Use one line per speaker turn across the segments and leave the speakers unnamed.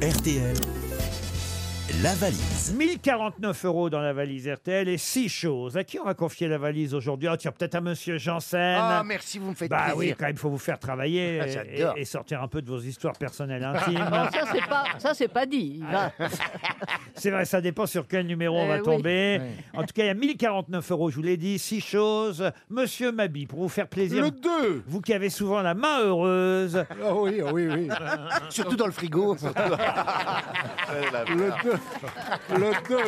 RTL, la valise.
1049 euros dans la valise RTL et six choses. À qui on va confier la valise aujourd'hui Ah, Tiens, peut-être à Monsieur Janssen.
Ah, merci, vous me faites
bah oui,
plaisir.
quand même, il faut vous faire travailler
Ah,
et,
j'adore.
et sortir un peu de vos histoires personnelles intimes.
Non, ça, c'est pas, ça, c'est pas dit. Il va-
C'est vrai, ça dépend sur quel numéro on
Euh,
va
Eh
oui.
tomber. En tout cas, il y a 1049 euros, je vous l'ai dit. Six choses. Monsieur Mabi, pour vous faire plaisir,
Le 2
vous qui avez souvent la main heureuse,
Ah oui, ah oui, oui. Surtout dans le frigo. le 2 Le 2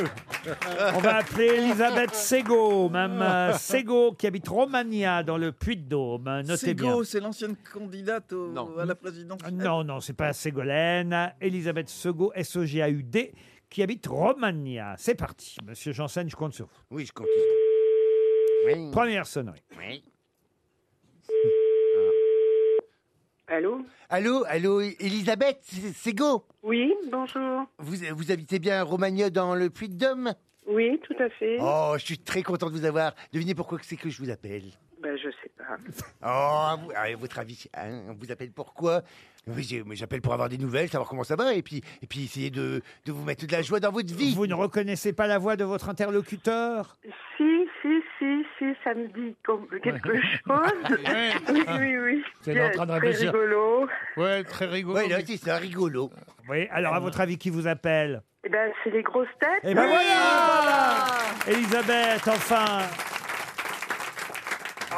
on va appeler Elisabeth Sego, Mme euh, Sego, qui habite Romagna, dans le Puy-de-Dôme. Notez bien.
Sego, c'est l'ancienne candidate au- à la présidence.
Ah,
Non, non, c'est pas Ségolène. Elisabeth Sego, S-E-G-A-U-D, qui habite Romagna. C'est parti. Monsieur Janssen, je compte sur vous.
Oui, je compte. Oui.
Première sonnerie.
oui.
Allô
Allô, allô, Elisabeth, c'est c'est Go
Oui, bonjour.
vous, vous habitez bien à Romagneux dans le Puy-de-Dôme
Oui, tout à fait.
Oh, je suis très content de vous avoir. Devinez pourquoi que c'est que je vous appelle.
Ben, je sais pas.
Oh, à, vous- à votre avis, hein, on vous appelle pourquoi Oui, j'ai- mais j'appelle pour avoir des nouvelles, savoir comment ça va, et puis, et puis essayer de, de vous mettre de la joie dans votre vie.
Vous ne reconnaissez pas la voix de votre interlocuteur
Si, si, si, si, ça me dit comme quelque chose. Oui, oui, oui.
C'est en train de
Très
réfléchir.
rigolo.
Ouais, très rigolo.
Oui, là, c'est c'est un rigolo.
Oui, alors à votre avis, qui vous appelle
Eh ben, c'est les grosses têtes.
Eh ben voilà Elisabeth, enfin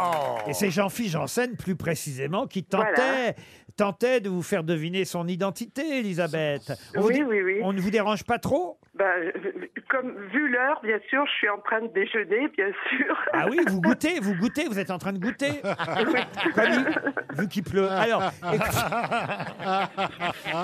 Oh.
Et c'est Jean-Philippe Janssen, plus précisément, qui tentait, tentait de vous faire deviner son identité, Elisabeth. On,
Oui,
vous,
oui, oui.
on ne vous dérange pas trop
Ben, je- comme vu l'heure, bien sûr, je suis en train de déjeuner, bien sûr.
Ah oui, vous goûtez, vous goûtez, vous êtes en train de goûter. Comme il- vu qu'il pleut. Alors, écoute-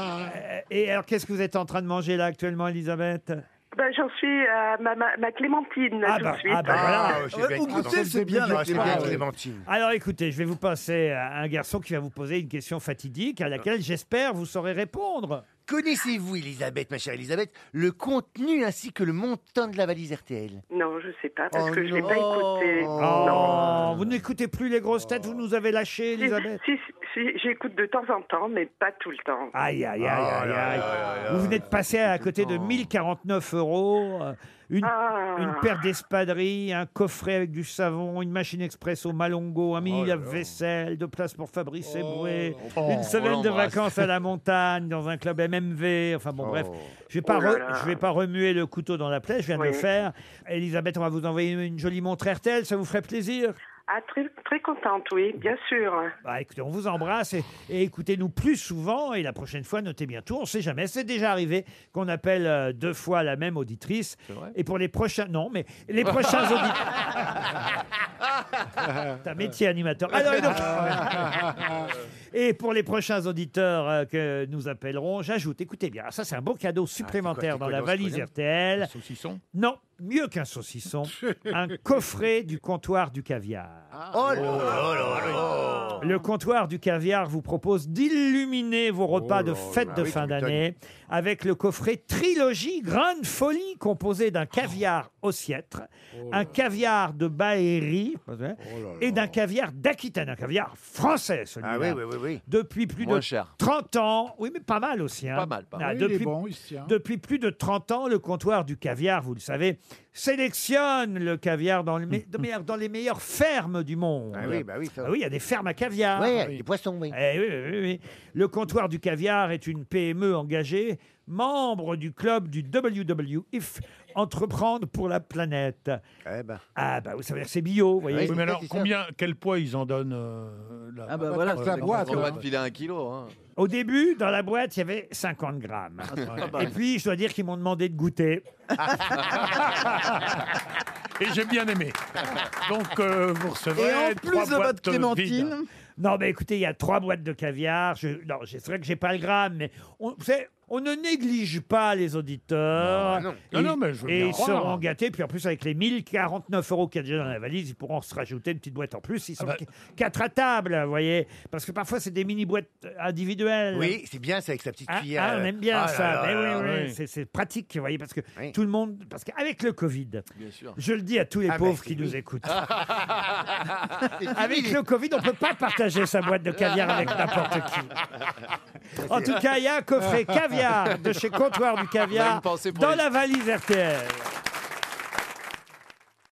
et alors, qu'est-ce que vous êtes en train de manger là actuellement, Elisabeth
Ben, j'en suis à ma, ma, ma Clémentine, là,
Ah
tout
bah,
de suite.
ah
Oh.
bah. voilà.
j'ai bien
Au
été
goûter,
content.
c'est bien,
Ah, c'est bien,
Clémentine.
Clémentine.
Alors, écoutez, je vais vous passer à un garçon qui va vous poser une question fatidique à laquelle j'espère vous saurez répondre.
Connaissez-vous, Elisabeth, ma chère Elisabeth, le contenu ainsi que le montant de la valise RTL
Non, je sais pas, parce
Oh
que je l'ai
non.
pas écouté.
Oh.
Non.
Oh, vous n'écoutez plus les grosses têtes, vous nous avez lâchés,
Si,
Elisabeth. Ah.
si, si, j'écoute de temps en temps, mais pas tout le temps.
Aïe, aïe, aïe, aïe, aïe.
là.
Vous venez de passer à côté de 1049 euros, euh, une
Ah.
Une paire d'espadrilles, un coffret avec du savon, une machine express au Malongo, un
Oh
mini lave-vaisselle, deux places pour Fabrice Eboué, une semaine de vacances à la montagne dans un club MMV. Enfin bon, bref, je vais pas
Oh là
re-
là.
je vais pas remuer le couteau dans la plaie, je viens de
Oui.
le faire. Elisabeth, on va vous envoyer une, une jolie montre RTL, ça vous ferait plaisir.
Ah, très, très contente, oui, bien sûr.
Bah écoutez, on vous embrasse et, et écoutez-nous plus souvent et la prochaine fois, notez bien tout, on sait jamais. C'est déjà arrivé qu'on appelle euh, deux fois la même auditrice. Et pour les prochains... Non, mais les prochains auditeurs... T'as métier animateur. Alors, et, donc- Et pour les prochains auditeurs euh, que nous appellerons, j'ajoute, écoutez bien, ça c'est un beau cadeau supplémentaire
Ah, c'est quoi,
dans la
l'os,
valise
William
RTL.
Saucisson.
Non, mieux qu'un saucisson, un coffret du comptoir du caviar.
Oh là là là là
Le comptoir du caviar vous propose d'illuminer vos
Oh
repas de fête
Ah
de fin d'année avec le coffret trilogie Grande Folie composé d'un caviar ossiètre,
Oh
un caviar de Baérie et d'un caviar d'Aquitaine, un caviar français celui-là.
Ah oui, oui, oui, oui.
Depuis plus de 30 ans, oui mais pas mal aussi. hein.
Pas mal, pas
Ah,
Oui, il est
depuis,
bon, il se tient.
depuis plus de 30 ans, le comptoir du caviar, vous le savez, sélectionne le caviar dans, le me- de meilleur- dans les meilleures fermes du monde.
Ah oui, bah oui, ça.
Ah oui, Ah il y a des fermes à caviar.
Ouais, avec des poissons, oui.
Eh oui, oui, oui, oui. Le comptoir du caviar est une PME engagée, membre du club du WWF, Entreprendre pour la planète.
Eh ben.
Ah bah oui, ça veut dire que c'est bio, vous voyez.
Oui.
Oui, mais alors,
c'est ça.
combien, quel poids ils en donnent euh, là
Ah bah voilà,
Parce que la
c'est-
boîte,
on va
hein.
te filer un kilo. hein.
Au début, dans la boîte, il y avait 50 grammes.
Ah,
ah bah.
Et puis, je dois dire qu'ils m'ont demandé de goûter.
Et j'ai bien aimé. Donc, euh, vous recevez.
Et en
trois
plus de
boîtes
votre
vides.
clémentine,
Non, mais écoutez, il y a trois boîtes de caviar. Je... Non, c'est vrai que j'ai pas le gramme, mais on, vous savez, on ne néglige pas les auditeurs.
Non,
non. Non, non, mais je veux
et
bien
ils
croire.
seront gâtés. Puis en plus, avec les 1049 euros qu'il y a déjà dans la valise, ils pourront se rajouter une petite boîte en plus. Ils sont
bah.
qu- quatre à table, vous voyez. Parce que parfois, c'est des mini-boîtes individuelles.
Oui, c'est bien, c'est avec sa petite
Euh, Ah,
cuillère.
ah, on aime bien
Ah là
ça.
là
Mais
là
oui,
là.
oui,
oui.
c'est- C'est pratique, vous voyez, parce que
Oui.
tout le monde. Parce qu'avec le Covid,
Bien sûr.
je le dis à tous les
Ah, bah,
pauvres
c'est
qui nous
oui.
écoutent.
C'est fini,
Avec
les-
le Covid, on peut pas partager sa boîte de caviar avec n'importe qui. En tout cas, il y a un coffret caviar de chez Comptoir du
On a
Caviar
une pensée pour
dans
les-
la valise RTL.